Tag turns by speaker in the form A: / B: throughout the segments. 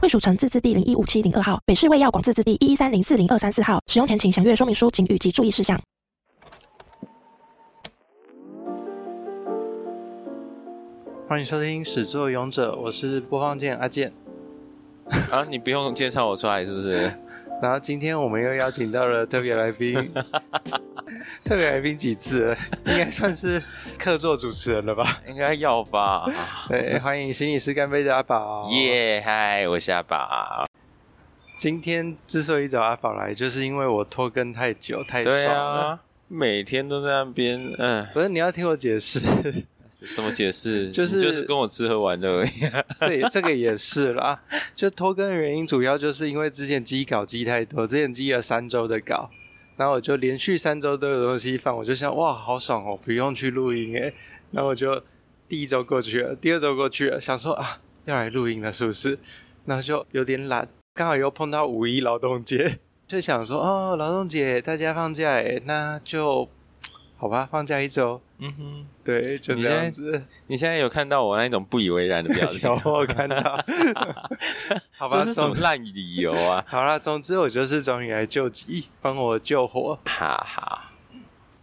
A: 惠蜀城自治地零一五七零二号，北市卫药广自治地一一三零四零二三四号。使用前请详阅说明书、警语及注意事项。
B: 欢迎收听《始作俑者》，我是播放键阿健。
C: 啊，你不用介绍我出来是 不是？
B: 然后今天我们又邀请到了特别来 宾，特别来宾几次了应该算是客座主持人了 吧？
C: 应该要吧。
B: 对，欢迎心理师干杯的阿宝。！
C: 耶，嗨，我是阿宝。
B: 今天之所以找阿宝来，就是因为我拖更太久，太爽
C: 对
B: 了。
C: 啊，每天都在那边，嗯，
B: 不是你要听我解释，
C: 什么解释？
B: 就是
C: 你就是跟我吃喝玩乐而已。
B: 这也这个也是啦。就拖更的原因，主要就是因为之前积稿积太多，之前积了三周的稿，然后我就连续三周都有东西放，我就想哇，好爽哦，不用去录音诶。然后我就第一周过去了，第二周过去了，想说啊，要来录音了是不是？然后就有点懒，刚好又碰到五一劳动节，就想说哦，劳动节大家放假诶，那就好吧，放假一周。
C: 嗯哼，
B: 对，就
C: 你
B: 这
C: 现
B: 样
C: 在
B: 子。
C: 你现在有看到我那一种不以为 然的表情
B: 有？我看到，好吧，
C: 这是什么
B: 总？
C: 烂理由啊
B: 好啦，总之我就是终于来救急，帮我救火。
C: 哈哈，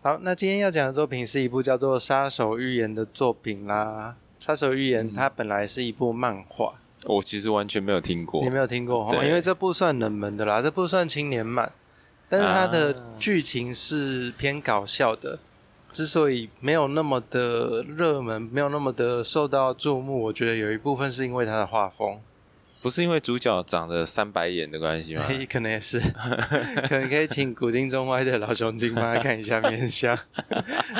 B: 好，那今天要讲的作品是一部叫做《杀手预言》的作品啦。《杀手预言》
C: 嗯
B: 它本来是一部漫画，
C: 我其实完全没有听过
B: 你。没有听过哈？
C: 对
B: 因为这部算冷门的啦，这部算青年漫，但是它的
C: 啊
B: 剧情是偏搞笑的。之所以没有那么的热门，没有那么的受到注目，我觉得有一部分是因为它的画风。
C: 不是因为主角长得三白眼的关系吗？
B: 嘿哎可能也 是，可能可以请古今中外的老雄精 帮他看一下面相。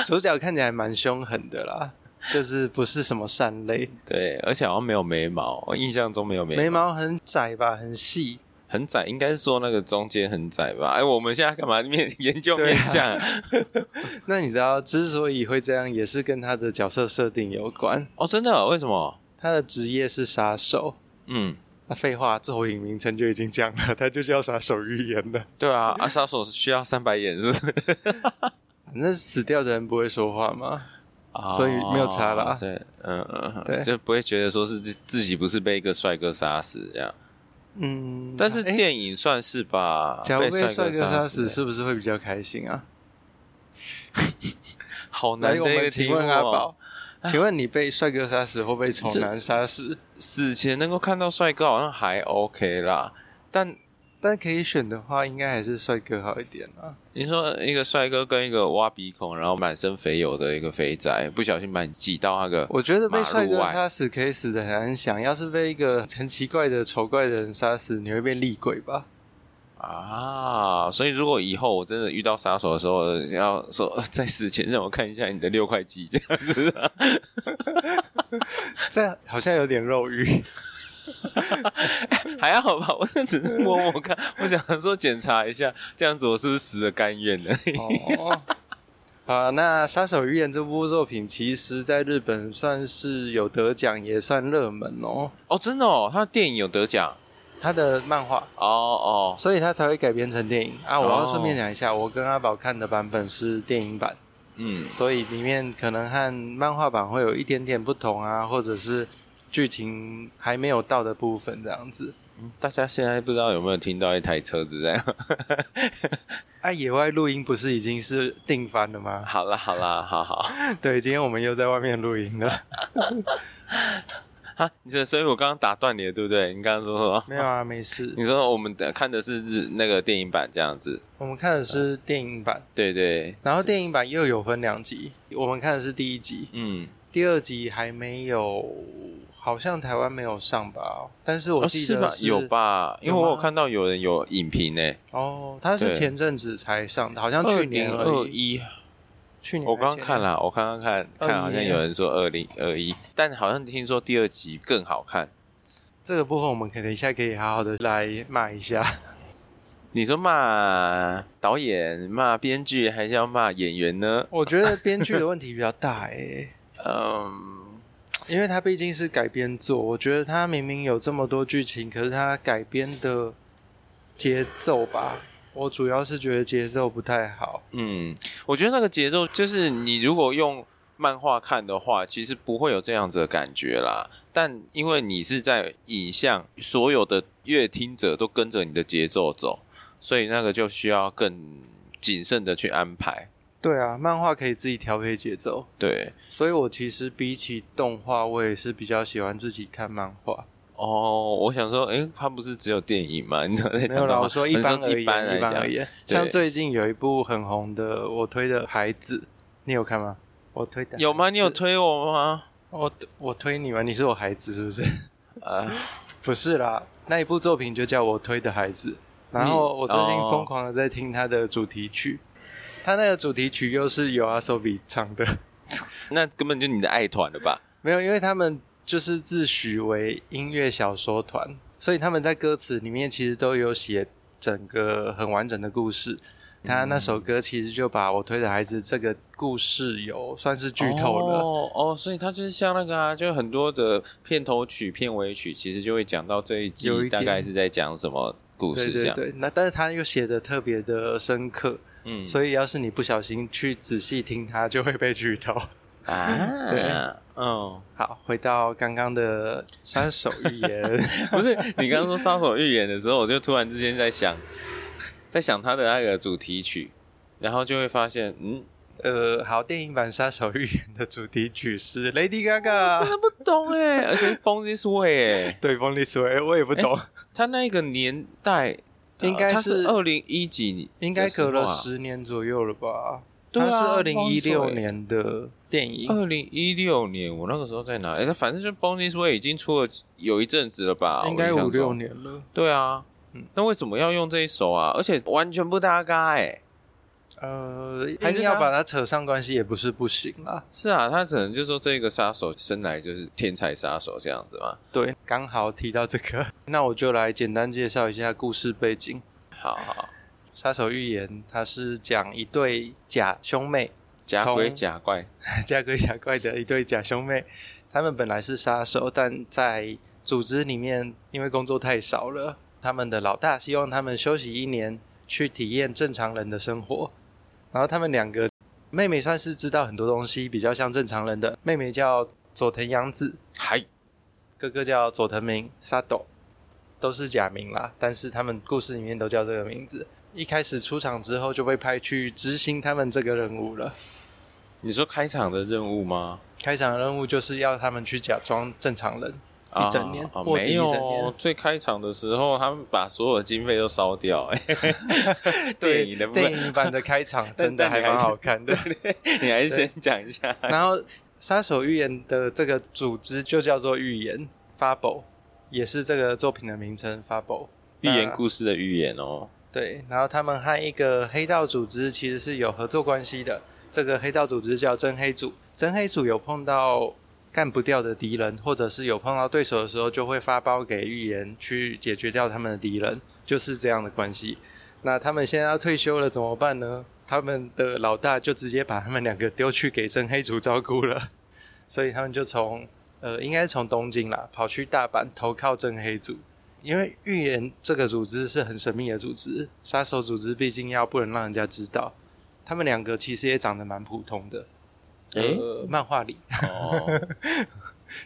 B: 主角看起来蛮凶狠的啦，就是不是什么善类，
C: 对，而且好像没有眉毛，我印象中没有眉毛。
B: 眉毛很窄吧，很细。
C: 很窄，应该是说那个中间很窄吧？哎，我们现在干嘛面研究
B: 对
C: 面
B: 啊
C: 相？
B: 那你知道，之所以会这样，也是跟他的角色设定有关。
C: 哦，真的？为什么？
B: 他的职业是杀手。
C: 嗯，
B: 那废话，作品名称就已经讲了， 他就叫杀手预言了。
C: 对啊，啊，杀手是需要三白眼，是不是？
B: 反正死掉的人不会说话嘛。
C: 哦
B: 所以没有差啦
C: 对，嗯嗯，
B: 对
C: 嗯就不会觉得说是自自己不是被一个帅哥杀死这样。
B: 嗯，
C: 但是
B: 诶
C: 电影算是吧，
B: 假如被帅
C: 哥
B: 哥杀死，
C: 死，
B: 是不是会比较开心啊？
C: 好难
B: 来，我
C: 的一个
B: 们
C: 题
B: 请
C: 目
B: 问阿
C: 哦
B: 宝。，请问你被帅哥杀死或被丑男杀死？
C: 死前能够看到帅哥，好像还 OK 啦。但
B: 但可以选的话，应该还是帅哥好一点 啊。
C: 你说一个帅哥跟一个挖鼻孔，然后满身肥油的一个肥宅，不小心把你挤到那个，
B: 我觉得被帅哥
C: 马路外
B: 杀死可以死的很安详，要是被一个很奇怪的丑怪的人杀死，你会变厉鬼 吧？
C: 啊，所以如果以后我真的遇到杀手的时候，要说呃在死前让我看一下你的六块肌这样子，啊
B: 这好像有点肉欲。
C: 还好吧？我就只是摸摸看，我想说检查一下，这样子我是不是死的甘愿的？
B: 哦，啊，那《杀手预言》这部作品，其实在日本算是有得奖，也算热门哦。
C: 哦，真的哦，他的电影有得奖
B: 他的漫画
C: 哦哦，
B: 所以它才会改编成电影啊！我要
C: 哦
B: 顺便讲一下，我跟阿宝看的版本是电影版，
C: 嗯
B: 所以里面可能和漫画版会有一点点不同啊，或者是剧情还没有到的部分这样子。
C: 嗯，大家现在不知道有没有听到一台车子在？
B: 啊，野外录音不是已经是定番了吗？
C: 好啦好啦，好好
B: 对，今天我们又在外面录音 了。
C: 啊，你这所以我刚刚打断你了，对不对？你刚刚说什么？
B: 没有啊，没事
C: 你，说我们的看的是日那个电影版这样子，
B: 我们看的是电影版，
C: 对对，
B: 然后电影版又有分两集，我们看的是第一集，
C: 嗯，
B: 第二集还没有，好像台湾没有上吧？但是我
C: 哦
B: 记
C: 是
B: 得
C: 吧？有吧？因为
B: 有吗
C: 我有看到有人有影评呢、
B: 哦，它是
C: 对
B: 前阵子才上的，好像
C: 二
B: 去年
C: 零
B: 而
C: 二
B: 已。
C: 一，
B: 去年
C: 我刚
B: 还
C: 刚
B: 前
C: 看
B: 年，
C: 了，我刚刚看看，好像有人说二零二一，但好像听说第二集更好看。
B: 这个部分我们可能一下可以好好的来骂一下。
C: 你说骂导演、骂编剧，还是要骂演员呢？
B: 我觉得编剧的问题比较大诶、
C: 嗯，
B: 因为它毕竟是改编作，我觉得它明明有这么多剧情，可是它改编的节奏吧，我主要是觉得节奏不太好。
C: 嗯，我觉得那个节奏就是你如果用漫画看的话，其实不会有这样子的感觉啦。但因为你是在影像，所有的乐听者都跟着你的节奏走，所以那个就需要更谨慎的去安排。
B: 对啊，漫画可以自己调配节奏，
C: 对，
B: 所以我其实比起动画，我也是比较喜欢自己看漫画。
C: 哦，我想说，诶，它不是只有电影嘛？你怎么在
B: 没
C: 讲
B: 有啦，
C: 到
B: 我说一般而啊 言，
C: 一般啊来
B: 一般而
C: 讲，
B: 言。像
C: 对
B: 最近有一部很红的，我推的《孩子》，你有看吗？我推的
C: 有吗？你有
B: 孩子？
C: 推我吗？
B: 我哦我推你吗？你是我孩子是不是？
C: 啊、
B: 不是啦，那一部作品就叫我推的孩子。然后我最近疯狂的在听他的主题曲，他那个主题曲又是由阿 s o b 唱的，
C: 那根本就你的爱团了吧？
B: 没有，因为他们就是自诩为音乐小说团，所以他们在歌词里面其实都有写整个很完整的故事。他那首歌其实就把我推的孩子这个故事有算是剧透了，
C: 哦哦，所以它就是像那个啊，就很多的片头曲、片尾曲，其实就会讲到这一集
B: 有一
C: 大
B: 点
C: 概是在讲什么故
B: 对
C: 事这
B: 对
C: 样。
B: 对。那但是他又写的特别的深刻，
C: 嗯，
B: 所以要是你不小心去仔细听它，就会被剧透。
C: 以啊，嗯，
B: 好，回到刚刚的三手预言，
C: 不是你刚刚说杀手预言的时候，我就突然之间在想，在想他的那个主题曲，然后就会发现，嗯，
B: 呃，好，电影版《杀手预言》的主题曲是 Lady
C: 真
B: Gaga，
C: 的不懂哎，而且是 Born This Way 哎，
B: 对，风力水，我也不懂，
C: 他那个年代。呃
B: 应该
C: 他
B: 是
C: 是二零一几，
B: 应该
C: 啊
B: 隔了十年左右了吧？
C: 对
B: 它
C: 啊
B: 是二零一六
C: Bonsoy
B: 年的电影，
C: 二零一六年，我那个时候在哪？哎、反正就 Bonnie's Way 已经出了有一阵子了吧？
B: 应该五
C: 我印象中
B: 六。年了。
C: 对啊，
B: 嗯
C: 那为什么要用这一首啊？而且完全不搭嘎哎、
B: 呃，
C: 还
B: 还
C: 是
B: 是要
C: 它
B: 把它扯上关系，也不是不行啦。
C: 是啊，他只能就说这个杀手生来就是天才杀手这样子嘛。
B: 对，刚好提到这个， 那我就来简单介绍一下故事背景。
C: 好好，
B: 《杀手预言》它是讲一对假兄妹，
C: 假鬼
B: 从
C: 假怪，
B: 假鬼假怪的一对假兄妹，他们本来是杀手，但在组织里面因为工作太少了，他们的老大希望他们休息一年，去体验正常人的生活。然后他们两个妹妹算是知道很多东西，比较像正常人的。妹妹叫佐藤洋子，
C: 嗨，
B: 哥哥叫佐藤明沙斗，都是假名啦，但是他们故事里面都叫这个名字。一开始出场之后就被派去执行他们这个任务了。
C: 你说开场的任务吗？
B: 开场任务就是要他们去假装正常人，
C: 啊
B: 一整年
C: 啊
B: 卧底
C: 没
B: 一整
C: 有
B: 年，
C: 最开场的时候，他们把所有的经费都烧掉、哎，
B: 对
C: 电影的部
B: 电
C: 分，
B: 影版的开场
C: 但
B: 真的还蛮好看的。
C: 你还是先讲一下。
B: 然后《杀手预言》的这个组织就叫做预言 Fable，也是这个作品的名称 Fable。
C: 寓言
B: 那
C: 故事的寓言哦，
B: 对，然后他们和一个黑道组织其实是有合作关系的。这个黑道组织叫真黑组，真黑组有碰到干不掉的敌人，或者是有碰到对手的时候，就会发包给预言去解决掉他们的敌人，就是这样的关系。那他们现在要退休了怎么办呢？他们的老大就直接把他们两个丢去给真黑组照顾了， 所以他们就从呃，应该是从东京啦，跑去大阪投靠真黑组。因为预言这个组织是很神秘的组织，杀手组织毕竟要不能让人家知道。他们两个其实也长得蛮普通的，
C: 诶
B: 呃，漫画里，
C: 哦，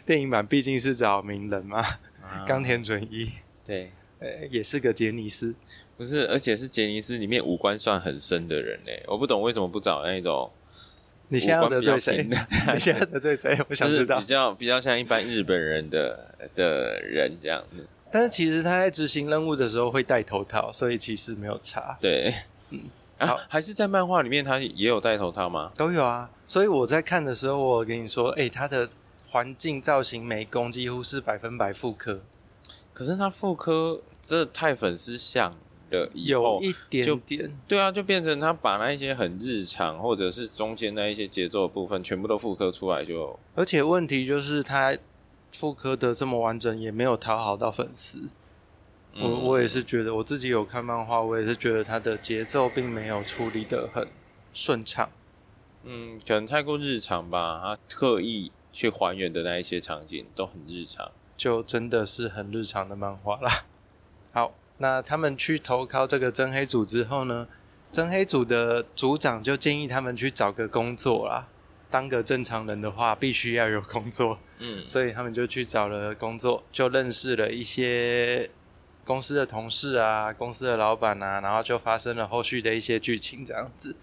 B: 电影版毕竟是找名人嘛，
C: 啊
B: 冈田准一，
C: 对，
B: 呃，也是个杰尼斯，
C: 不是，而且是杰尼斯里面五官算很深的人嘞，我不懂为什么不找那种
B: 你现在要得罪
C: 五
B: 谁？
C: 官比较 平
B: 你现在要得罪谁？我想
C: 就
B: 知
C: 是
B: 道
C: 比。较比较像一般日本人的的人这样子。
B: 但是其实他在执行任务的时候会戴头套，所以其实没有差，
C: 对，嗯，
B: 好
C: 啊，还是在漫画里面他也有戴头套吗？
B: 都有啊。所以我在看的时候，我跟你说，哎、他的环境造型美工几乎是百分百复
C: 哦
B: 刻，
C: 可是他妇科这太粉丝像了以
B: 有
C: 后。
B: 一
C: 就
B: 点点。
C: 对啊，就变成他把那一些很日常，或者是中间那一些节奏的部分，全部都复刻出来就，
B: 而且问题就是他副科的这么完整，也没有讨好到粉丝。我
C: 嗯
B: 我也是觉得，我自己有看漫画，我也是觉得它的节奏并没有处理的很顺畅。
C: 嗯，可能太过日常吧，他刻意去还原的那一些场景都很日常。
B: 就真的是很日常的漫画啦。 好，那他们去投靠这个真黑组之后呢，真黑组的组长就建议他们去找个工作啦。当个正常人的话，必须要有工作，
C: 嗯
B: 所以他们就去找了工作，就认识了一些公司的同事啊、公司的老板啊，然后就发生了后续的一些剧情这样子。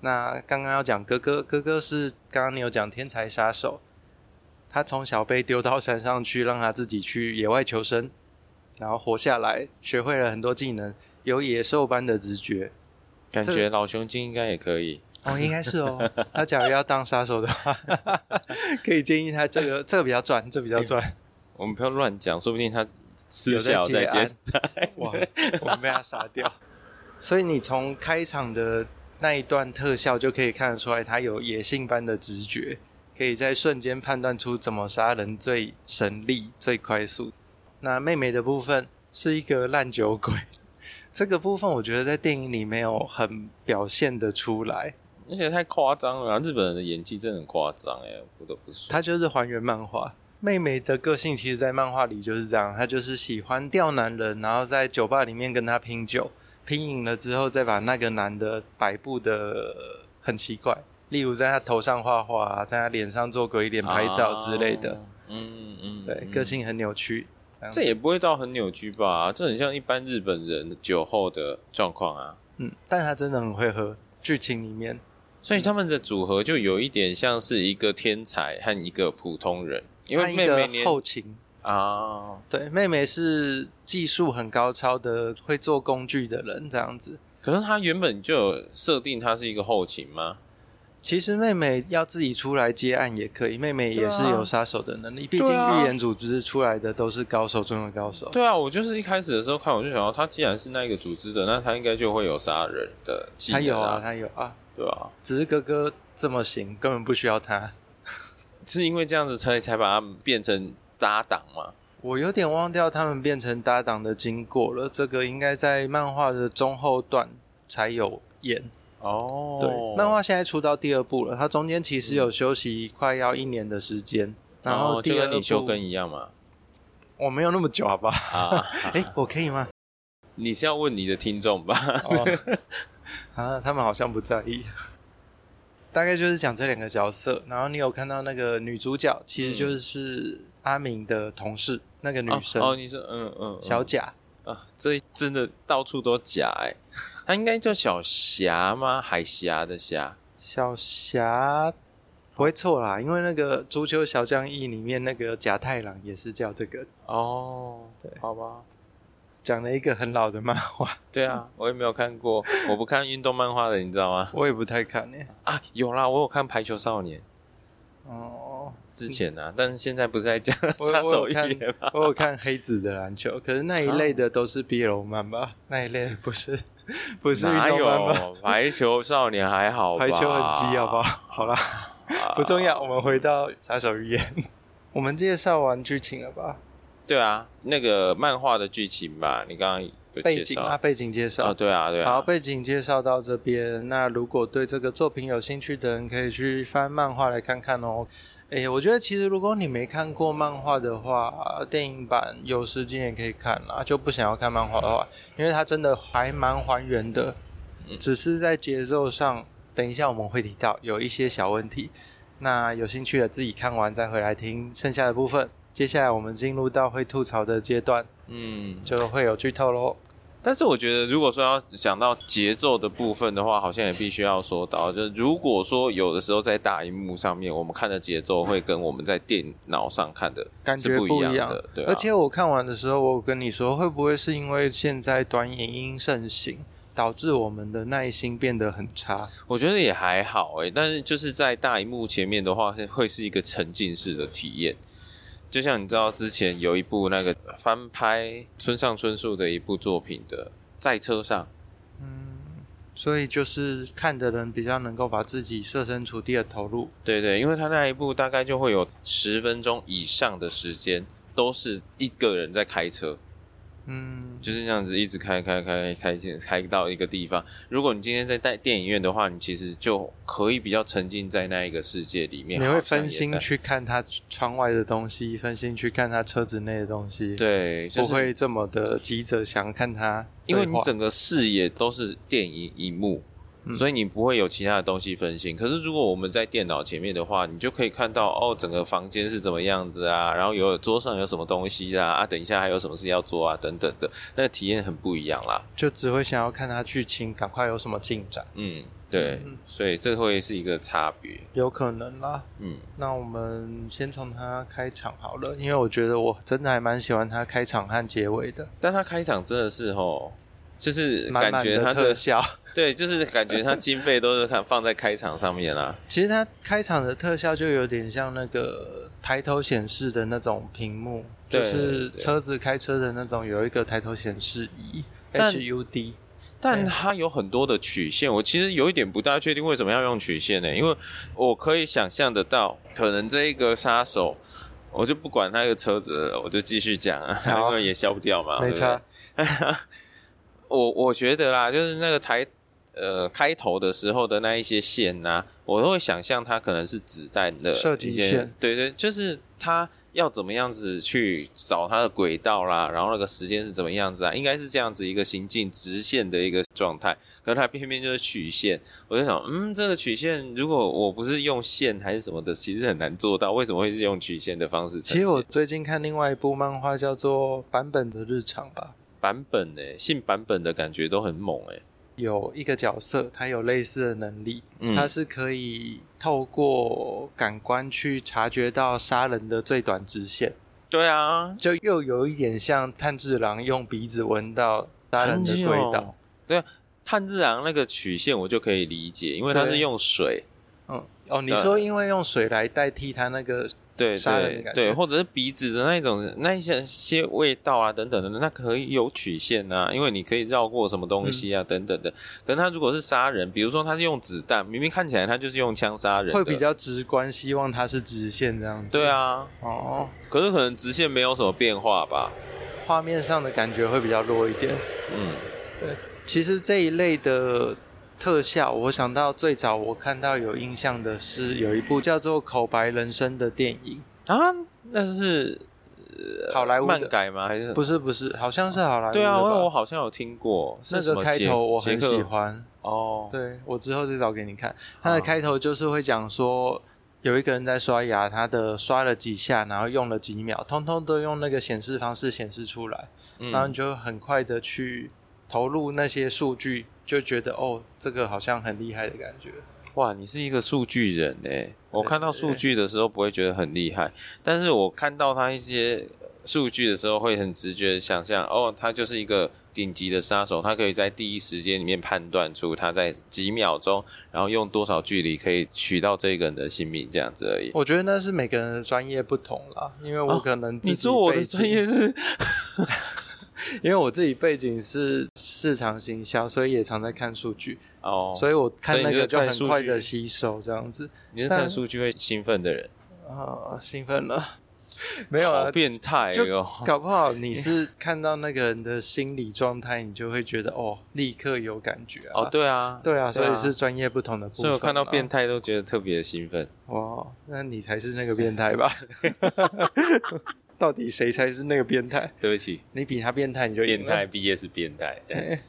B: 那刚刚要讲哥哥，哥哥是刚刚你有讲天才杀手，他从小被丢到山上去，让他自己去野外求生，然后活下来，学会了很多技能，有野兽般的直觉。
C: 感
B: 这
C: 觉老雄精应该也可以。
B: 哦，应该是哦。 他假如要当杀手的话， 可以建议他这个这个比较赚，这比较赚。
C: 我们不要乱讲，说不定他私
B: 有在
C: 下有在
B: 接案
C: 接。
B: 哇，我们被他杀掉。 所以你从开场的那一段特效就可以看得出来，他有野性般的直觉，可以在瞬间判断出怎么杀人最省力、最快速。那妹妹的部分是一个烂酒鬼，这个部分我觉得在电影里没有很表现的出来，
C: 而且太夸张了啊、日本人的演技真的很夸张哎，不得不说。
B: 他就是还原漫画。妹妹的个性其实，在漫画里就是这样，她就是喜欢钓男人，然后在酒吧里面跟他拼酒，拼赢了之后再把那个男的摆布的很奇怪，例如在他头上画画、啊，在他脸上做鬼脸拍照之类的，
C: 啊嗯嗯，
B: 对，
C: 嗯
B: 个。性很扭曲。
C: 这也不会到很扭曲吧？这很像一般日本人酒后的状况啊。
B: 嗯，但他真的很会喝，剧情里面
C: 所以他们的组合就有一点像是一个天才和一个普通人，因
B: 他
C: 为
B: 一
C: 妹妹
B: 个
C: 连
B: 后勤
C: 啊，
B: 对，妹妹是技术很高超的，会做工具的人，这样子。
C: 可是他原本就有设定他是一个后勤吗？
B: 其实妹妹要自己出来接案也可以，妹妹也是有杀手的能力。毕竟
C: 对啊
B: 预言组织出来的都是高手中的高手。
C: 对啊，我就是一开始的时候看，我就想到他既然是那一个组织的，那他应该就会有杀人的技
B: 他
C: 能
B: 有啊，
C: 啊，
B: 他有啊，
C: 对吧、
B: 只是哥哥这么行，根本不需要他。
C: 是因为这样子才才把他们变成搭档嘛？
B: 我有点忘掉他们变成搭档的经过了，这个应该在漫画的中后段才有演。
C: 哦
B: 对，漫画现在出到第二部了，它中间其实有休息快要一年的时间，然后
C: 哦就
B: 第二
C: 跟
B: 部
C: 你休更一样嘛。
B: 我没有那么久，好 吧？
C: 啊，
B: 哎、我可以吗？
C: 你是要问你的听众吧？
B: 哦、啊，他们好像不在意。大概就是讲这两个角色，然后你有看到那个女主角，其实就是阿敏的同事，那 个女生、
C: 哦，哦你是嗯嗯，嗯
B: 小贾，
C: 啊，这真的到处都假哎、他应该叫小霞吗？海峡的霞
B: 小霞不会错啦，因为那个《足球小将》一里面那个贾太郎也是叫这个，
C: 哦，对，好吧，
B: 讲了一个很老的漫画，
C: 对啊，我也没有看过，我不看运动漫画的，你知道 吗？
B: 我也不太看呢、
C: 啊，有啦，我有看《排球少年》
B: 哦，
C: 之前啊，但是现在不是在讲
B: 我
C: 杀手
B: 我有
C: 预
B: 看
C: 言吗？
B: 我有看黑子的篮球，可是那一类的都是 BL 漫吧，那一类不是不是
C: 哪
B: 运动漫吧？
C: 有排球少年还好吧？啊
B: 排球很鸡，好不？ 好？好啦，不重要。我们回到《杀手预言》，我们介绍完剧情了吧？
C: 对啊，那个漫画的剧情吧，你刚刚有
B: 背
C: 介
B: 景
C: 绍
B: 啊，背景介
C: 哦，
B: 绍。
C: 对啊，对
B: 好，
C: 啊，
B: 背景介绍到这边。那如果对这个作品有兴趣的人，可以去翻漫画来看看哦。诶，我觉得其实如果你没看过漫画的话，电影版有时间也可以看啦。就不想要看漫画的话，
C: 嗯
B: 因为它真的还蛮还原的，只是在节奏上，等一下我们会提到有一些小问题。那有兴趣的自己看完再回来听剩下的部分。接下来我们进入到会吐槽的阶段，
C: 嗯，
B: 就会有剧透喽。
C: 但是我觉得，如果说要讲到节奏的部分的话，好像也必须要说到，就是如果说有的时候在大荧幕上面，我们看的节奏会跟我们在电脑上看的
B: 感觉
C: 是不
B: 一
C: 样
B: 样
C: 的，对、啊，
B: 而且我看完的时候，我跟你说，会不会是因为现在短影音盛行，导致我们的耐心变得很差？
C: 我觉得也还好诶、但是就是在大荧幕前面的话，是会是一个沉浸式的体验。就像你知道之前有一部那个翻拍村上春树的一部作品的《在车上》，
B: 所以就是看的人比较能够把自己设身处地的投入。
C: 对对，因为他那一部大概就会有十分钟以上的时间都是一个人在开车，
B: 嗯，
C: 就是这样子一直开开开开开开到一个地方。如果你今天在带电影院的话，你其实就可以比较沉浸在那一个世界里面，
B: 你
C: 好
B: 会
C: 像
B: 分
C: 也
B: 心
C: 在。
B: 去看他窗外的东西，分心去看他车子内的东西，，
C: 对，就
B: 不
C: 是
B: 会这么的急着想看他对
C: 因
B: 话。
C: 为你整个视野都是电影荧幕，
B: 嗯
C: 所以你不会有其他的东西分心。可是如果我们在电脑前面的话，你就可以看到哦，整个房间是怎么样子啊，然后有桌上有什么东西啦，啊，等一下还有什么事要做啊，等等的，那个体验很不一样啦。
B: 就只会想要看他剧情赶快有什么进展，
C: 嗯，对
B: 嗯，
C: 所以这会是一个差别。
B: 有可能啦。
C: 嗯，
B: 那我们先从他开场好了，因为我觉得我真的还蛮喜欢他开场和结尾的，
C: 但他开场真的是吼。就是
B: 满
C: 感
B: 满
C: 觉
B: 的
C: 他
B: 特
C: 的
B: 效。
C: 对，就是感觉他经费都是看放在开场上面啦。
B: 其实它开场的特效就有点像那个抬头显示的那种屏幕，就
C: 对
B: 是
C: 对
B: 车子开车的那种有一个抬头显示仪
C: 但
B: HUD。
C: 但
B: 对
C: 它有很多的曲线，我其实有一点不大确定为什么要用曲线呢、因为我可以想象得到，可能这一个杀手，我就不管那个车子了，我就继续讲啊，
B: 好
C: 因为也消不掉嘛，
B: 没差
C: 对不 对。我我觉得啦，就是那个台呃开头的时候的那一些线呐、啊我都会想象它可能是子弹的
B: 射击
C: 一些
B: 线，
C: 对对，就是它要怎么样子去找它的轨道啦，然后那个时间是怎么样子啊，应该是这样子一个行进直线的一个状态，可是它偏偏就是曲线，我就想，嗯，这个曲线如果我不是用线还是什么的，其实很难做到，为什么会是用曲线的方式呈
B: 其
C: 现？
B: 实我最近看另外一部漫画叫做《版本的日常》吧，
C: 版本呢、性版本的感觉都很猛哎、
B: 有一个角色他有类似的能力，
C: 嗯
B: 他是可以透过感官去察觉到杀人的最短直线，
C: 对啊，
B: 就又有一点像炭治郎用鼻子闻到杀人的轨
C: 炭治
B: 道
C: 郎。炭治郎那个曲线我就可以理解，因为它
B: 对
C: 是用水，
B: 嗯，哦，你
C: 对
B: 说因为用水来代替他那个
C: 对
B: 杀人的
C: 对
B: 感觉
C: 对，或者是鼻子的那一种那一些些味道啊等等的，那可以有曲线啊，因为你可以绕过什么东西
B: 嗯
C: 啊、等等的。可是他如果是杀人，比如说他是用子弹，明明看起来他就是用枪杀人的，
B: 会比较直观，希望它是直线这样子。
C: 对，啊。
B: 哦，
C: 可是可能直线没有什么变化吧？
B: 画面上的感觉会比较弱一点。
C: 嗯，
B: 其实这一类的特效，我想到最早我看到有印象的是有一部叫做《口白人生》的电影，
C: 啊，那是
B: 好莱坞
C: 漫
B: 的，
C: 改吗？还是
B: 不是不是，好像是好莱坞的吧。
C: 对啊，因为我好像有听过，是
B: 那
C: 什
B: 个
C: 么
B: 开
C: 杰
B: 头我很
C: 杰克
B: 喜欢，
C: 哦，
B: 对我之后再找给你看。它的开头就是会讲说，有一个人在刷牙，他的刷了几下，然后用了几秒，通通都用那个显示方式显示出来，
C: 嗯
B: 然后你就很快的去投入那些数据，就觉得哦，这个好像很厉害的感觉。
C: 哇，你是一个数据人哎、我看到数据的时候不会觉得很厉害，但是我看到他一些数据的时候，会很直觉的想象，哦，他就是一个顶级的杀手，他可以在第一时间里面判断出他在几秒钟，然后用多少距离可以取到这个人的性命，这样子而已。
B: 我觉得那是每个人的专业不同啦，因为我
C: 哦
B: 可能、
C: 你说我的专业，是
B: 因为我自己背景是市场行销，所以也常在看数据，
C: 哦，
B: 所以我看
C: 所以
B: 那
C: 你
B: 个
C: 就
B: 就
C: 看
B: 很
C: 数
B: 快
C: 据
B: 的吸收这样子。
C: 你是看数据会兴奋的人，
B: 啊，兴奋了， 没有
C: 好
B: 啊，
C: 变态
B: 就
C: 哦。
B: 搞不好你是看到那个人的心理状态，你就会觉得哦，立刻有感觉啊。
C: 哦，对啊，
B: 对啊，所以是，专业不同的部分啊。
C: 所以我看到变态都觉得特别的兴奋。
B: 哇，那你才是那个变态 吧？到底谁才是那个变态？
C: 对不起，
B: 你比他变态，你就赢
C: 变
B: 了
C: 态。毕业是变态。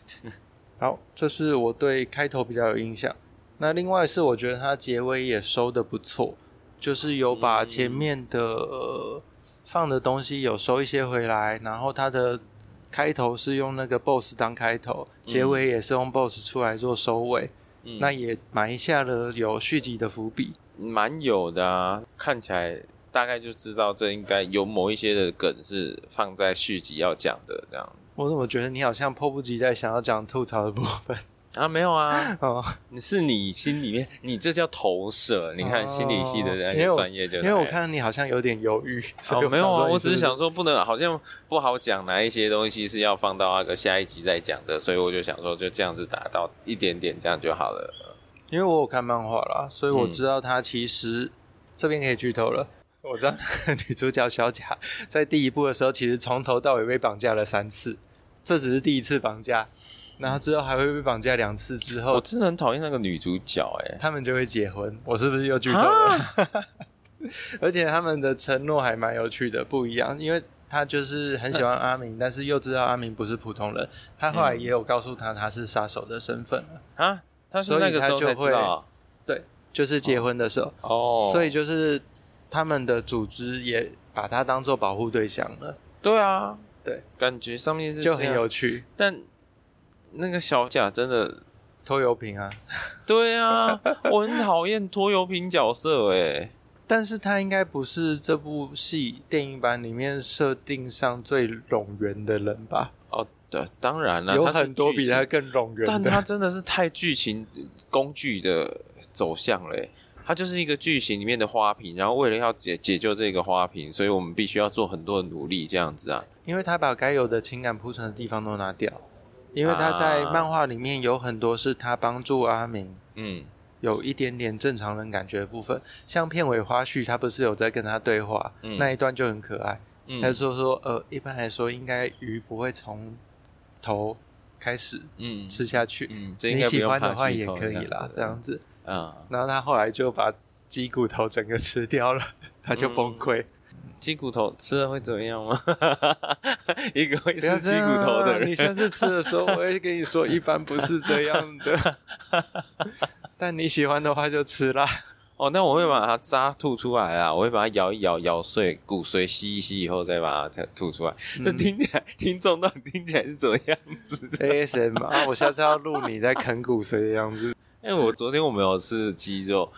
B: 好，这是我对开头比较有印象。那另外是我觉得它结尾也收的不错，就是有把前
C: 嗯
B: 面的、呃放的东西有收一些回来，然后它的开头是用那个 BOSS 当开头，结尾也是用 BOSS 出来做收尾，
C: 嗯
B: 那也埋下了有续集的伏笔。
C: 蛮有的啊，看起来大概就知道这应该有某一些的梗是放在续集要讲的这样。
B: 我怎么觉得你好像迫不及待想要讲吐槽的部分？
C: 啊，没有啊，
B: 哦，
C: 你是你心里面，你这叫投射。你看心理系的人，
B: 因为我
C: 专业就
B: 哦因为我
C: 来
B: 看你好像有点犹豫，所以
C: 哦，没有
B: 想
C: 啊，
B: 说你
C: 我只是
B: 不
C: 想说不能，好像不好讲哪一些东西是要放到那个下一集再讲的，所以我就想说就这样子打到一点点，这样就好了。
B: 因为我有看漫画啦，所以我
C: 嗯
B: 知道她其实、这边可以剧透了。我知道女主角小贾在第一部的时候，其实从头到尾被绑架了三次，这只是第一次绑架，然后之后还会被绑架两次，之
C: 我
B: 后
C: 真的很讨厌那个女主角、欸，
B: 他们就会结婚。我是不是又剧透
C: 啊
B: 了？ 而且他们的承诺还蛮有趣的，不一样，因为他就是很喜欢阿明，但是又知道阿明不是普通人，他后来
C: 嗯
B: 也有告诉他他是杀手的身份了，
C: 哎，啊，她是那个时
B: 所
C: 候才知
B: 以她就会
C: 道
B: 就是结婚的时候。
C: 哦，
B: 所以就是他们的组织也把它当做保护对象了，
C: 对啊，
B: 对，
C: 感觉上面是
B: 就
C: 这
B: 很
C: 样
B: 有，趣。
C: 但那个小贾 真的，
B: 拖油瓶啊，
C: 对啊，我很讨厌拖油瓶角色、欸，
B: 但是他应该不是这部戏电影版里面设定上最冗员的人吧？
C: 哦，对，当然了，
B: 有
C: 她是
B: 很多
C: 巨
B: 比
C: 星
B: 他更冗员的，
C: 但它真的是太剧情工具的走向了欸，它就是一个剧情里面的花瓶，然后为了要解解救这个花瓶，所以我们必须要做很多的努力，这样子啊。
B: 因为他把该有的情感铺陈的地方都拿掉，因为他在
C: 啊
B: 漫画里面有很多是他帮助阿明。
C: 嗯，
B: 有一点点正常人感觉的部分，像片尾花絮，他不是有在跟他对话，
C: 嗯
B: 那一段就很可爱。
C: 嗯
B: 他就说说，呃，一般来说应该鱼不会从头开始
C: 嗯
B: 吃下去，
C: 嗯，这应
B: 你
C: 该不
B: 喜
C: 用
B: 欢
C: 怕
B: 的话
C: 剧
B: 也
C: 透
B: 可以啦，这样。子。
C: 啊，
B: 然后他后来就把鸡骨头整个吃掉了， 他就崩溃。
C: 鸡骨头吃了会怎么样吗？ 一个会
B: 不要这
C: 吃鸡
B: 样啊
C: 骨头的
B: 你
C: 人，
B: 下次吃的时候，我会跟你说，一般不是这样 的。但你喜欢的话就吃啦。
C: 哦，那我会把它渣吐出来啊，我会把它咬一咬，咬碎骨髓吸一吸以后再把它吐出来。这
B: 嗯
C: 听起来，听众到底听起来是怎么样子的？
B: ASM 啊，我下次要录你在啃骨髓的样子，
C: 因为哎我昨天我没有吃鸡肉，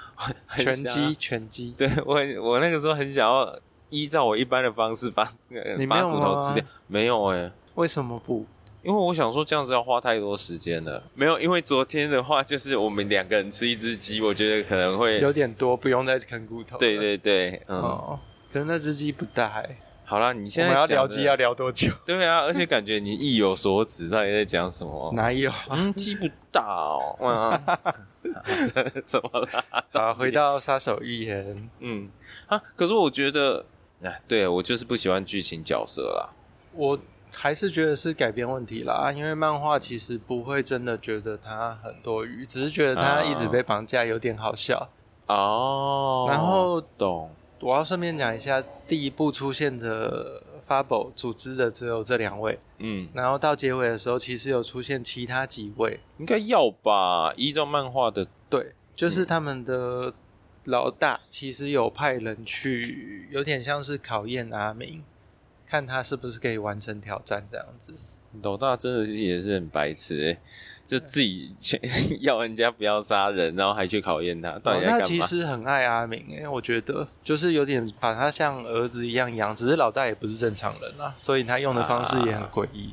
C: 很
B: 拳
C: 想
B: 击，拳击。
C: 对我很我那个时候很想要依照我一般的方式把这个
B: 你没
C: 把
B: 有
C: 骨头吃掉
B: 吗，
C: 没有哎、
B: 为什么不？
C: 因为我想说这样子要花太多时间了，没有，因为昨天的话就是我们两个人吃一只鸡，我觉得可能会，
B: 有点多，不用再啃骨头了。
C: 对对对，嗯，
B: 哦，可是那只鸡不大、欸。
C: 好啦，你现
B: 我们
C: 在
B: 要
C: 讲
B: 聊
C: 的
B: 鸡要聊多久？
C: 对啊，而且感觉你意有所指，到底在讲 什么？
B: 哪有？
C: 嗯，鸡不大 哦，嗯， 怎么啦？
B: 啊，回到杀手预言，
C: 嗯啊，可是我觉得，哎，对我就是不喜欢剧情角色啦。
B: 我还是觉得是改编问题啦，因为漫画其实不会真的觉得它很多余，只是觉得它一直被绑架有点好笑。
C: 哦
B: 然后
C: 懂，
B: 我要顺便讲一下，第一部出现的发宝组织的只有这两位，
C: 嗯，
B: 然后到结尾的时候，其实有出现其他几位，
C: 应该要吧？依照漫画的，
B: 对，
C: 嗯
B: 就是他们的老大其实有派人去，有点像是考验阿明，看他是不是可以完成挑战这样子。
C: 老大真的是也是很白痴、欸，就自己 要人家不要杀人，然后还去考验他，到
B: 老
C: 底在
B: 大
C: 干
B: 哦其
C: 嘛？
B: 实很爱阿明、欸，我觉得就是有点把他像儿子一样养，只是老大也不是正常人啦，所以他用的方式也很诡
C: 啊
B: 异。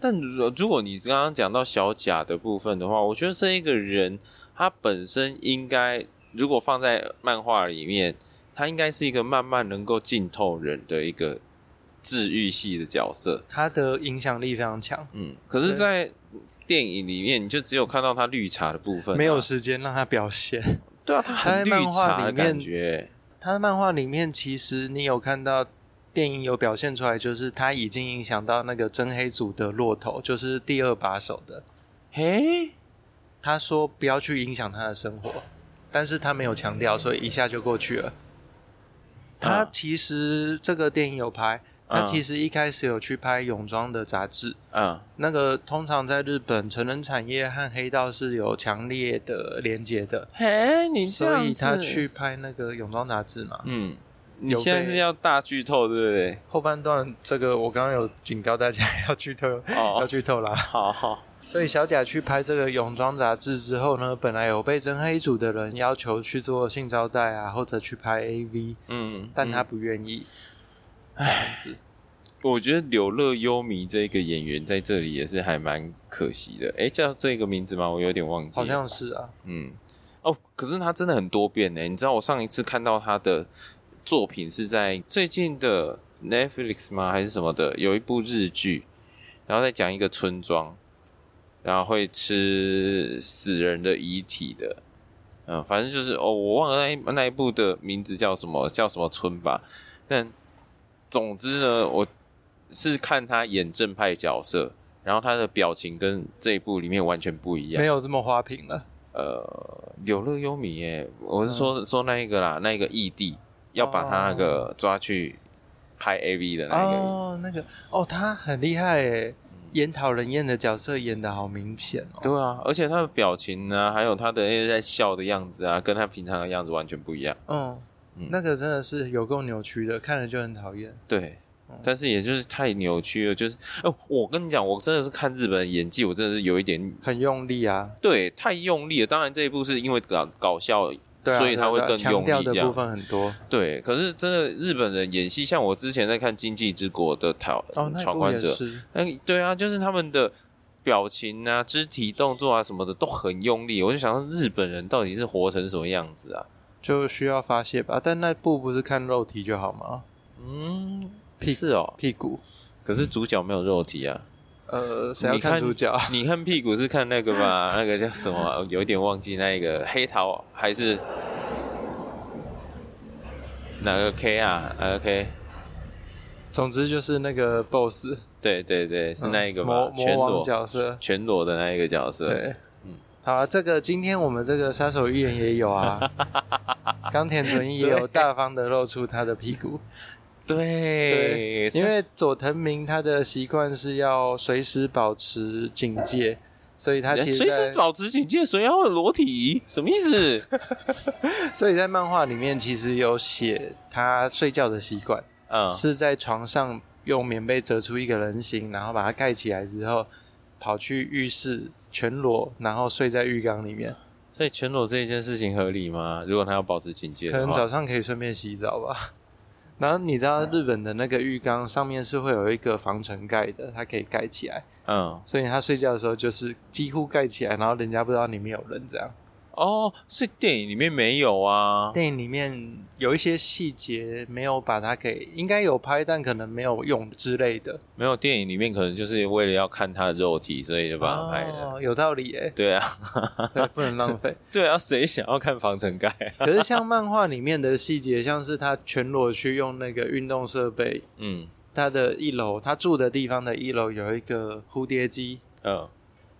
C: 但如如果你刚刚讲到小贾的部分的话，我觉得这一个人他本身应该，如果放在漫画里面，他应该是一个慢慢能够浸透人的一个治愈系的角色。
B: 他的影响力非常强，
C: 嗯，可是，
B: 对
C: 在电影里面，你就只有看到他绿茶的部分啊、
B: 没有时间让他表现。
C: 对啊，他
B: 他在
C: 很绿
B: 漫画
C: 茶的
B: 里面
C: 感觉。
B: 他的漫画里面，其实你有看到电影有表现出来，就是他已经影响到那个真黑组的落头，就是第二把手的。
C: 嘿，
B: 他说不要去影响他的生活，但是他没有强调，所以一下就过去了。他其实这个电影有拍，他
C: 嗯
B: 其实一开始有去拍泳装的杂志。
C: 嗯
B: 那个通常在日本，成人产业和黑道是有强烈的连接的，
C: 嘿，你这
B: 所
C: 样
B: 以
C: 子
B: 他去，拍那个泳装杂志嘛。
C: 嗯，
B: 啊
C: 你
B: 有
C: 现在
B: 被
C: 是要大剧透，对不对？
B: 后半段这个我刚刚有警告大家要剧透，
C: 哦
B: 要剧透啦。
C: 好好，
B: 所以小贾去拍这个泳装杂志之后呢，本来有被真黑组的人要求去做性招待啊，或者去拍 AV，
C: 嗯，
B: 但他
C: 嗯
B: 不愿意。
C: 我觉得柳乐优弥这个演员在这里也是还蛮可惜的。诶，叫这个名字吗？我有点忘记了，
B: 好像是啊，
C: 嗯，哦，可是他真的很多变呢。你知道我上一次看到他的作品是在最近的 Netflix 吗？还是什么的？有一部日剧，然后再讲一个村庄，然后会吃死人的遗体的。嗯，反正就是哦，我忘了那一那一部的名字叫什么，叫什么村吧。但总之呢，我是看他演正派角色，然后他的表情跟这一部里面完全不一样
B: 没。有这么花瓶了。
C: 呃，柳乐优弥耶，我是说、
B: 嗯
C: 说那一个啦，那一个异地要把他那个抓去拍 AV 的那一个，
B: 哦，那个哦，他很厉害诶，演讨人厌的角色演的好明显哦。
C: 对啊，而且他的表情啊，还有他的那个在笑的样子啊，跟他平常的样子完全不一样。
B: 嗯，
C: 嗯
B: 那个真的是有够扭曲的，看了就很讨厌。
C: 对，
B: 哦
C: 但是也就是太扭曲了，就是哦，我跟你讲，我真的是看日本演技，我真的是有一点
B: 很用力啊，
C: 对太用力了。当然这一部是因为搞搞笑，
B: 对啊，
C: 所以他会
B: 对啊
C: 更
B: 强
C: 用力
B: 调的
C: 这样
B: 部分很多。
C: 对，可是真的日本人演戏，像我之前在看《经济之国》的讨
B: 哦，那
C: 闯
B: 部
C: 关
B: 也
C: 者》，
B: 是，
C: 那个对啊，就是他们的表情啊、肢体动作啊什么的都很用力，我就想说日本人到底是活成什么样子啊？
B: 就需要发泄吧。但那部不是看肉体就好吗？
C: 嗯，
B: 屁
C: 是哦，
B: 屁股，
C: 可是主角没有肉体啊。
B: 呃，谁要
C: 你看
B: 看主角啊？
C: 你看屁股是看那个吧？ 那个叫什么啊？有一点忘记那个黑桃啊还是哪个 K 啊？哪个 K？
B: 总之就是那个 BOSS
C: 对对对，是
B: 嗯
C: 那一个吧
B: 魔？
C: 全
B: 魔王
C: 裸
B: 角色，
C: 全裸嗯的那一个角色。
B: 对，好啊，这个今天我们这个杀手预言也有啊， 冈田准一也有大方的露出他的屁股，
C: 对
B: 对，因为佐藤明他的习惯是要随时保持警戒，所以他其实
C: 哎随
B: 在
C: 时保持警戒，谁要裸体？什么意思？
B: 所以在漫画里面其实有写他睡觉的习惯，
C: 嗯，
B: 是在床上用棉被折出一个人形，然后把它盖起来之后，跑去浴室全裸，然后睡在浴缸里面，
C: 所以全裸这一件事情合理吗？如果他要保持警戒
B: 可
C: 的
B: 能
C: 话
B: 早，上可以顺便洗澡吧。 然后你知道日本的那个浴缸上面是会有一个防尘盖的，它可以盖起来，
C: 嗯，
B: 所以他睡觉的时候就是几乎盖起来，然后人家不知道里面有人这样。
C: 哦，所以电影里面没有啊。
B: 电影里面有一些细节没有把它给，应该有拍，但可能没有用之类的。
C: 没有电影里面可能就是为了要看他的肉体，所以就把它拍的。，
B: 哦，有道理耶
C: 对啊，
B: 对不能浪费。
C: 对啊，谁想要看防尘盖啊？
B: 可是像漫画里面的细节，像是他全裸去用那个运动设备，
C: 嗯
B: 他的一楼，他住的地方的一楼有一个蝴蝶机，
C: 嗯，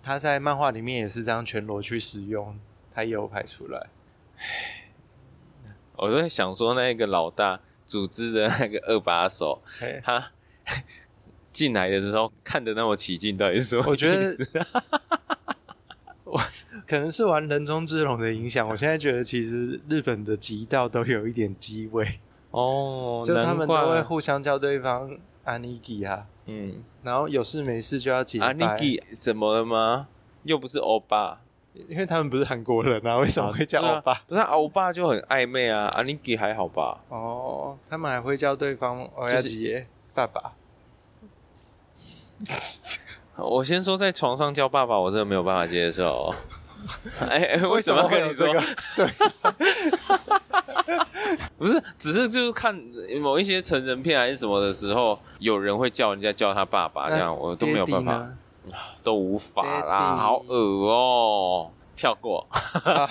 B: 他在漫画里面也是这样全裸去使用，他也有拍出来。
C: 我都在想说那个老大组织的那个二把手，
B: 嘿
C: 他 进来的时候看的那么起劲，到底是什么
B: 我觉
C: 意
B: 得
C: 思
B: 可能是玩人中之龙的影响，我现在觉得其实日本的极道都有一点机味。
C: 哦，
B: 就他们
C: 难
B: 都
C: 怪
B: 会互相叫对方阿尼基啊，
C: 嗯，
B: 然后有事没事就要结拜。
C: 阿尼基啊怎么了吗？又不是欧巴，
B: 因为他们不是韩国人啊，为什么会叫欧
C: 对啊
B: 巴？
C: 不是、啊、欧巴就很暧昧啊，阿尼基还好吧？
B: 哦，他们还会叫对方哦欧
C: 是
B: 亚吉爸爸。
C: 我先说，在床上叫爸爸，我真的没有办法接受。 哎、哎 为什么要
B: 会
C: 跟
B: 有
C: 你
B: 这
C: 说？
B: 个？
C: 不是，只是就是看某一些成人片还是什么的时候，有人会叫人家叫他爸爸，这样哎我都没有办法，
B: 爹
C: 都无法啦，
B: 爹地
C: 好恶哦、跳过。
B: 地呢。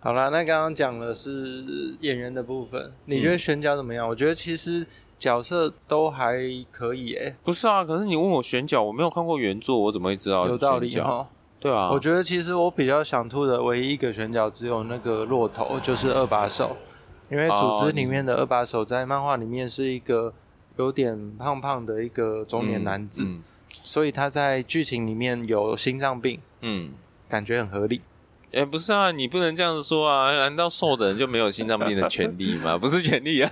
B: 好啦，那刚刚讲的是演员的部分，你觉得选角怎么
C: 嗯
B: 样？我觉得其实角色都还可以诶、
C: 不是啊，可是你问我选角，我没有看过原作，我怎么会知道
B: 有道理
C: 选角
B: 哦。
C: 对啊，
B: 我觉得其实我比较想吐的唯一一个选角只有那个骆头，就是二把手，因为组织里面的二把手在漫画里面是一个有点胖胖的一个中年男子，
C: 嗯
B: 所以他在剧情里面有心脏病，
C: 嗯。
B: 感觉很合理。
C: 哎、不是啊，你不能这样子说啊！难道瘦的人就没有心脏病的权利吗？ 不是权利啊，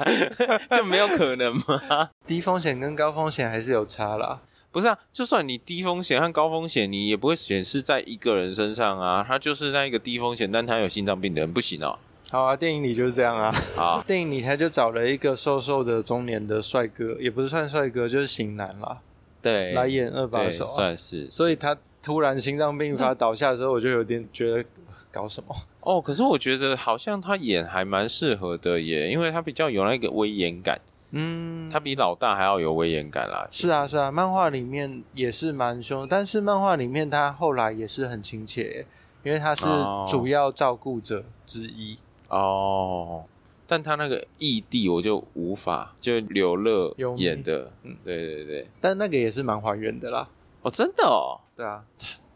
C: 就没有可能吗？
B: 低风险跟高风险还是有差啦，
C: 不是啊，就算你低风险和高风险，你也不会显示在一个人身上啊。他就是那一个低风险，但他有心脏病的人不行哦、
B: 好啊，电影里就是这样啊。
C: 好，
B: 电影里他就找了一个瘦瘦的中年的帅哥，也不是算帅哥，就是型男啦，
C: 对，
B: 来演二把
C: 哎对，
B: 手、啊。
C: 算是。
B: 所以他突然心脏病发倒下的时候，我就有点觉得呃搞什么？
C: 哦，可是我觉得好像他演还蛮适合的耶，因为他比较有那个威严感，
B: 嗯，
C: 他比老大还要有威严感啦。其实
B: 是啊，是啊，漫画里面也是蛮凶，但是漫画里面他后来也是很亲切耶，因为他是
C: 哦
B: 主要照顾者之一，
C: 哦，但他那个异地我就无法，就刘乐
B: 有
C: 演的，
B: 嗯
C: 对对对，
B: 但那个也是蛮还原的啦。
C: 哦，真的哦，
B: 对啊，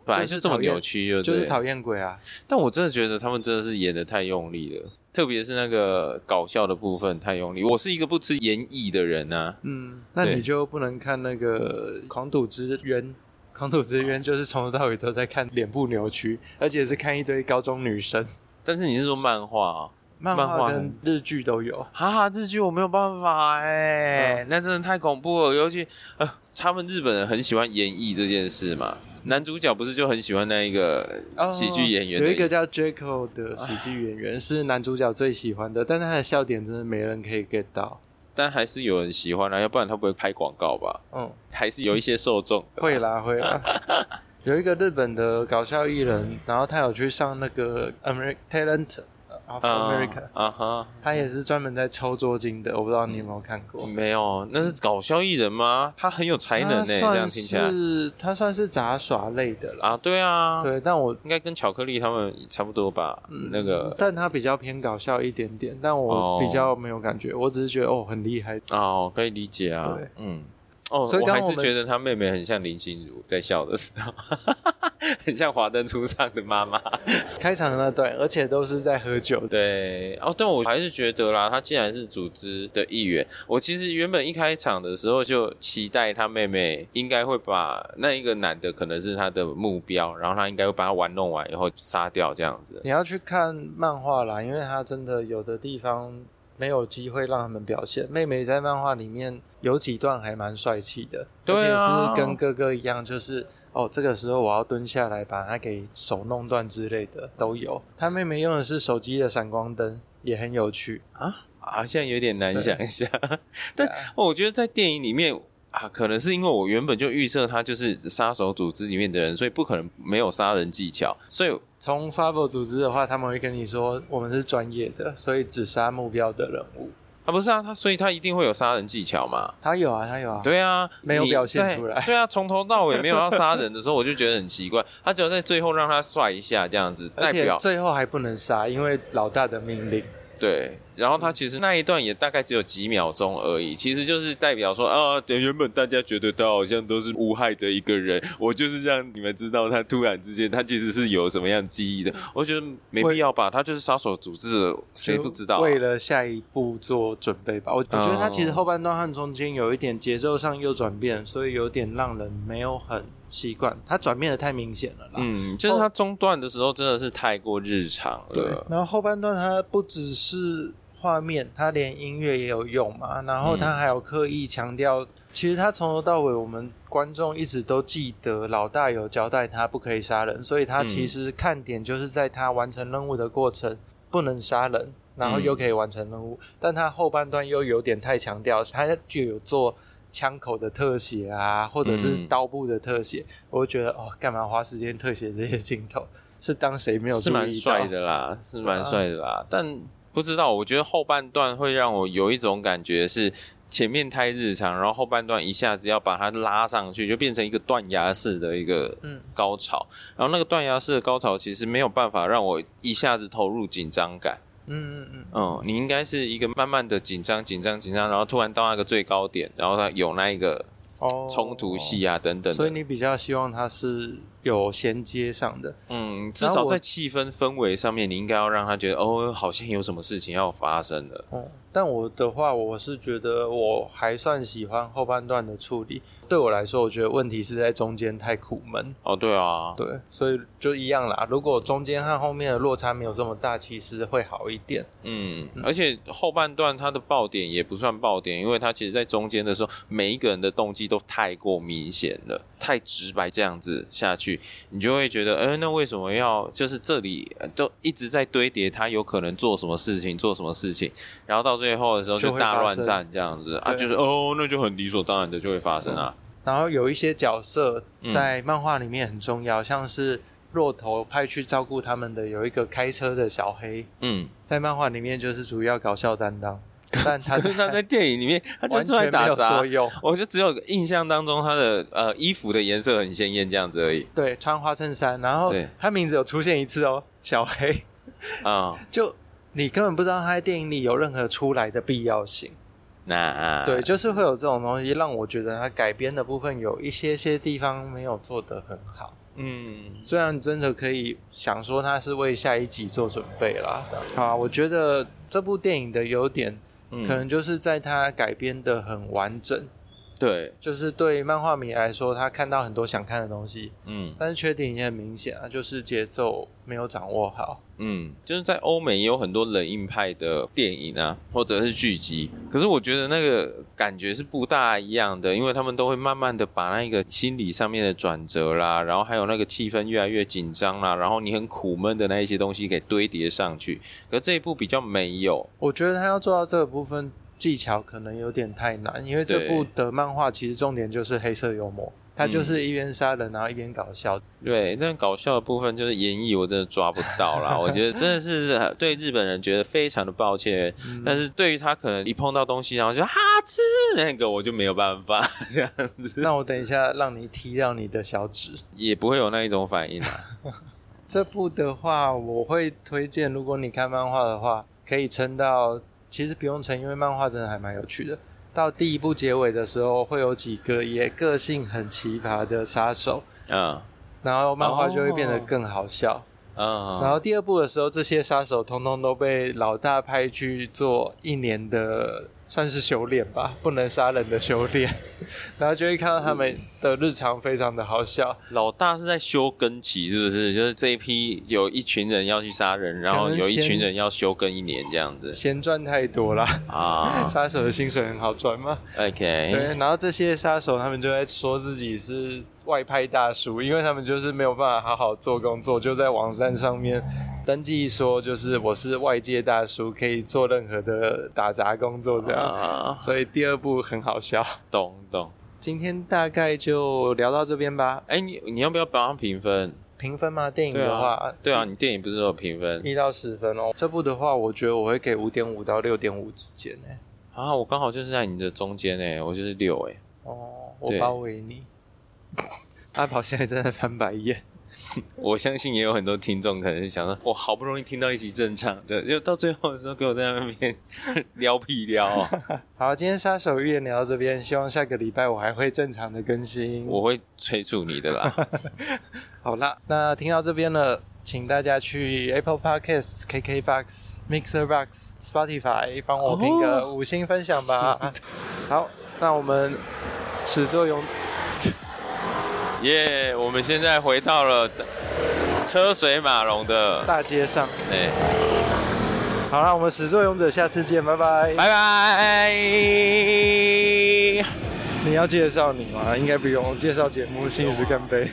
C: 本来
B: 就是
C: 这么
B: 讨厌
C: 扭曲，对不
B: 就是
C: 对
B: 讨厌鬼啊，
C: 但我真的觉得他们真的是演的太用力了，特别是那个搞笑的部分太用力。我是一个不吃演绎的人啊，
B: 嗯，那
C: 对
B: 你就不能看那个《狂赌之渊》。《狂赌之渊》就是从头到尾都在看脸部扭曲，而且是看一堆高中女生。
C: 但是你是说漫画哦？
B: 漫
C: 漫画
B: 画跟日剧都有，
C: 哈哈，日剧我没有办法哎、那真的太恐怖了。尤其呃，他们日本人很喜欢演绎这件事嘛，男主角不是就很喜欢那一个
B: 哦
C: 喜剧演员的、啊
B: 有一个叫 Jaco 的喜剧演员是男主角最喜欢的，但他的笑点真的没人可以 get 到。
C: 但还是有人喜欢啊，要不然他不会拍广告吧？
B: 嗯，
C: 还是有一些受众
B: 会啦会 啦。有一个日本的搞笑艺人，然后他有去上那个 American Talent of
C: 啊
B: America，、
C: 啊哈，
B: 他也是专门在抽捉金的，我不知道你有没有看过。
C: 没有，那是搞笑艺人吗？他很有才能
B: 他
C: 呢、这样
B: 算
C: 听起来
B: 是他算是杂耍类的啦。
C: 啊，对啊，，
B: 对，但我
C: 应该跟巧克力他们差不多吧？那个
B: 但他比较偏搞笑一点点，但
C: 哦
B: 我比较没有感觉，我只是觉得哦很厉害。
C: 哦，可以理解啊
B: 对，
C: 嗯，哦，
B: 所以
C: 我
B: 刚
C: 还
B: 刚
C: 是
B: 我们
C: 觉得他妹妹很像林心如在笑的时候， 很像《华灯初上》的妈妈。
B: 开场那段，而且都是在喝酒的。
C: 对，哦，但我还是觉得啦，他既然是组织的一员，我其实原本一开场的时候就期待他妹妹应该会把那一个男的可能是他的目标，然后他应该会把他玩弄完以后杀掉这样子。
B: 你要去看漫画啦，因为他真的有的地方没有机会让他们表现。妹妹在漫画里面有几段还蛮帅气的，
C: 对啊
B: 而且是跟哥哥一样，就是哦，这个时候我要蹲下来把他给手弄断之类的都有。他妹妹用的是手机的闪光灯，也很有趣。
C: 啊，现在有点难想象，但哦我觉得在电影里面啊，可能是因为我原本就预设他就是杀手组织里面的人，所以不可能没有杀人技巧，所以
B: 从 Fable 组织的话，他们会跟你说我们是专业的，所以只杀目标的人物。
C: 啊不是啊，他所以他一定会有杀人技巧嘛。
B: 他有啊，他有啊。
C: 对啊，
B: 没有
C: 你
B: 表现
C: 在
B: 出来
C: 对啊，从头到尾没有要杀人的时候，我就觉得很奇怪。他只有在最后让他帅一下这样子，代
B: 而且
C: 表
B: 最后还不能杀，因为老大的命令。
C: 对，然后他其实那一段也大概只有几秒钟而已，其实就是代表说啊，对原本大家觉得他好像都是无害的一个人，我就是让你们知道他突然之间他其实是有什么样记忆的，我觉得没必要吧，他就是杀手组织的，谁不知道啊、
B: 为了下一步做准备吧。我我觉得他其实后半段和中间有一点节奏上又转变，所以有点让人没有很习惯。他转变的太明显了啦。
C: 嗯，就是他中断的时候真的是太过日常
B: 对
C: 了。。
B: 然后后半段他不只是画面，他连音乐也有用
C: 嗯
B: 嘛。然后他还有刻意强调，其实他从头到尾，我们观众一直都记得老大有交代他不可以杀人，所以他
C: 嗯
B: 其实看点就是在他完成任务的过程不能杀人，然后又可以完成任
C: 嗯
B: 务。但他后半段又有点太强调，他就有做。枪口的特写啊，或者是
C: 嗯
B: 刀部的特写，我就觉得哦，干嘛花时间特写这些镜头？是当谁没有注
C: 是
B: 意到？啊
C: 蛮帅的啦，是蛮帅的啦，但不知道，我觉得后半段会让我有一种感觉是。前面太日常，然后后半段一下子要把它拉上去，就变成一个断崖式的一个
B: 嗯
C: 高潮。然后那个断崖式的高潮其实没有办法让我一下子投入紧张感。
B: 嗯嗯嗯，
C: 嗯，你应该是一个慢慢的紧张、紧张、紧张，然后突然到那个最高点，然后它有那一个
B: 哦，
C: 冲突戏啊等等的。
B: 所以你比较希望它是有衔接上的。
C: 嗯，至
B: 然后
C: 少
B: 我
C: 在气氛氛围上面，你应该要让他觉得哦，好像有什么事情要发生了。
B: 嗯，但我的话，我是觉得我还算喜欢后半段的处理。对我来说，我觉得问题是在中间太苦闷。
C: 哦，对啊，
B: 对，所以就一样啦。如果中间和后面的落差没有这么大，其实会好一点。
C: 嗯，而且后半段它的爆点也不算爆点，因为它其实在中间的时候，每一个人的动机都太过明显了，太直白，这样子下去，你就会觉得，哎、那为什么要就是这里呃都一直在堆叠，他有可能做什么事情，做什么事情，然后到最后的时候
B: 就
C: 就
B: 会
C: 大
B: 发
C: 乱
B: 生
C: 战这样子啊，
B: 对
C: 就是哦，那就很理所当然的就会发生啊，
B: 然后有一些角色
C: 嗯
B: 在漫画里面很重要，像是骆头派去照顾他们的有一个开车的小黑，
C: 嗯，
B: 在漫画里面就是主要搞笑担当，但他
C: 可是他在电影里面，他就
B: 完
C: 出来
B: 全没
C: 打
B: 有
C: 杂
B: 作。用。
C: 我就只有印象当中他的呃衣服的颜色很鲜艳这样子而已
B: 对，穿花衬衫，然后
C: 对
B: 他名字有出现一次哦，小黑，
C: 啊、
B: 就你根本不知道他在电影里有任何出来的必要性。
C: 那啊
B: 对，就是会有这种东西，让我觉得他改编的部分有一些些地方没有做得很好。
C: 嗯，
B: 虽然真的可以想说他是为下一集做准备啦。好啊，我觉得这部电影的优点，
C: 嗯
B: 可能就是在它改编的很完整，
C: 对，
B: 就是对漫画迷来说，他看到很多想看的东西。
C: 嗯
B: 但是缺点也很明显啊，就是节奏没有掌握好。
C: 嗯，就是在欧美也有很多冷硬派的电影啊，或者是剧集，可是我觉得那个感觉是不大一样的，因为他们都会慢慢的把那个心理上面的转折啦，然后还有那个气氛越来越紧张啦，然后你很苦闷的那一些东西给堆叠上去，可这一部比较没有，
B: 我觉得他要做到这个部分技巧可能有点太难，因为这部的漫画其实重点就是黑色幽默，它就是一边杀人然后一边搞笑。
C: 对，但搞笑的部分就是演绎，我真的抓不到啦。我觉得真的是 呃对日本人觉得非常的抱歉，
B: 嗯
C: 但是对于他可能一碰到东西，然后就哈吃那个，我就没有办法这样子，
B: 那我等一下让你踢掉你的小指。
C: 也不会有那一种反应啦。
B: 这部的话，我会推荐，如果你看漫画的话，可以撑到，其实不用撑，因为漫画真的还蛮有趣的。到第一部结尾的时候，会有几个也个性很奇葩的杀手，
C: 嗯
B: 然后漫画就会变得更好笑。
C: 嗯，
B: 然后第二部的时候，这些杀手通通都被老大派去做一年的算是修炼吧，不能杀人的修炼。 然后就会看到他们的日常非常的好笑，
C: 老大是在修根期，是不是？就是这一批有一群人要去杀人，然后
B: 可能
C: 有一
B: 先
C: 群人要休耕一年这样子
B: 钱赚太多啦，
C: 啊。
B: 杀手的薪水很好赚吗？
C: OK，
B: 对，然后这些杀手他们就在说自己是外派大叔，因为他们就是没有办法好好做工作，就在网站上面登记说就是我是外界大叔，可以做任何的打杂工作这样。
C: 啊，
B: 所以第二部很好笑。
C: 懂懂。
B: 今天大概就聊到这边吧。
C: 哎，你你要不要帮他评分？
B: 评分吗？电影
C: 对
B: 的
C: 啊
B: 话，，
C: 对啊，你电影不是都有评分
B: 一到十分哦。这部的话，我觉得我会给五点五到六点五之间欸诶。
C: 啊？我刚好就是在你的中间哎，我就是六哎，
B: 哦，我
C: 对
B: 包围你。 阿宝现在正在翻白眼。
C: 我相信也有很多听众可能想说，我好不容易听到一集正常的，就到最后的时候给我在那边 撩屁撩哦、
B: 好，今天杀手预言聊到这边，希望下个礼拜我还会正常的更新。
C: 我会催促你的啦。
B: 好啦，那听到这边了，请大家去 Apple Podcasts、KKBox、Mixer Box、Spotify 帮我评
C: 哦
B: 个五星分享吧。 好，那我们始作俑
C: 耶、我们现在回到了车水马龙的，
B: 大街上。
C: 哎、
B: 好啦，我们始作俑者，下次见，拜拜。
C: 拜拜。
B: 你要介绍你吗？应该不用介绍节目《新时干杯》。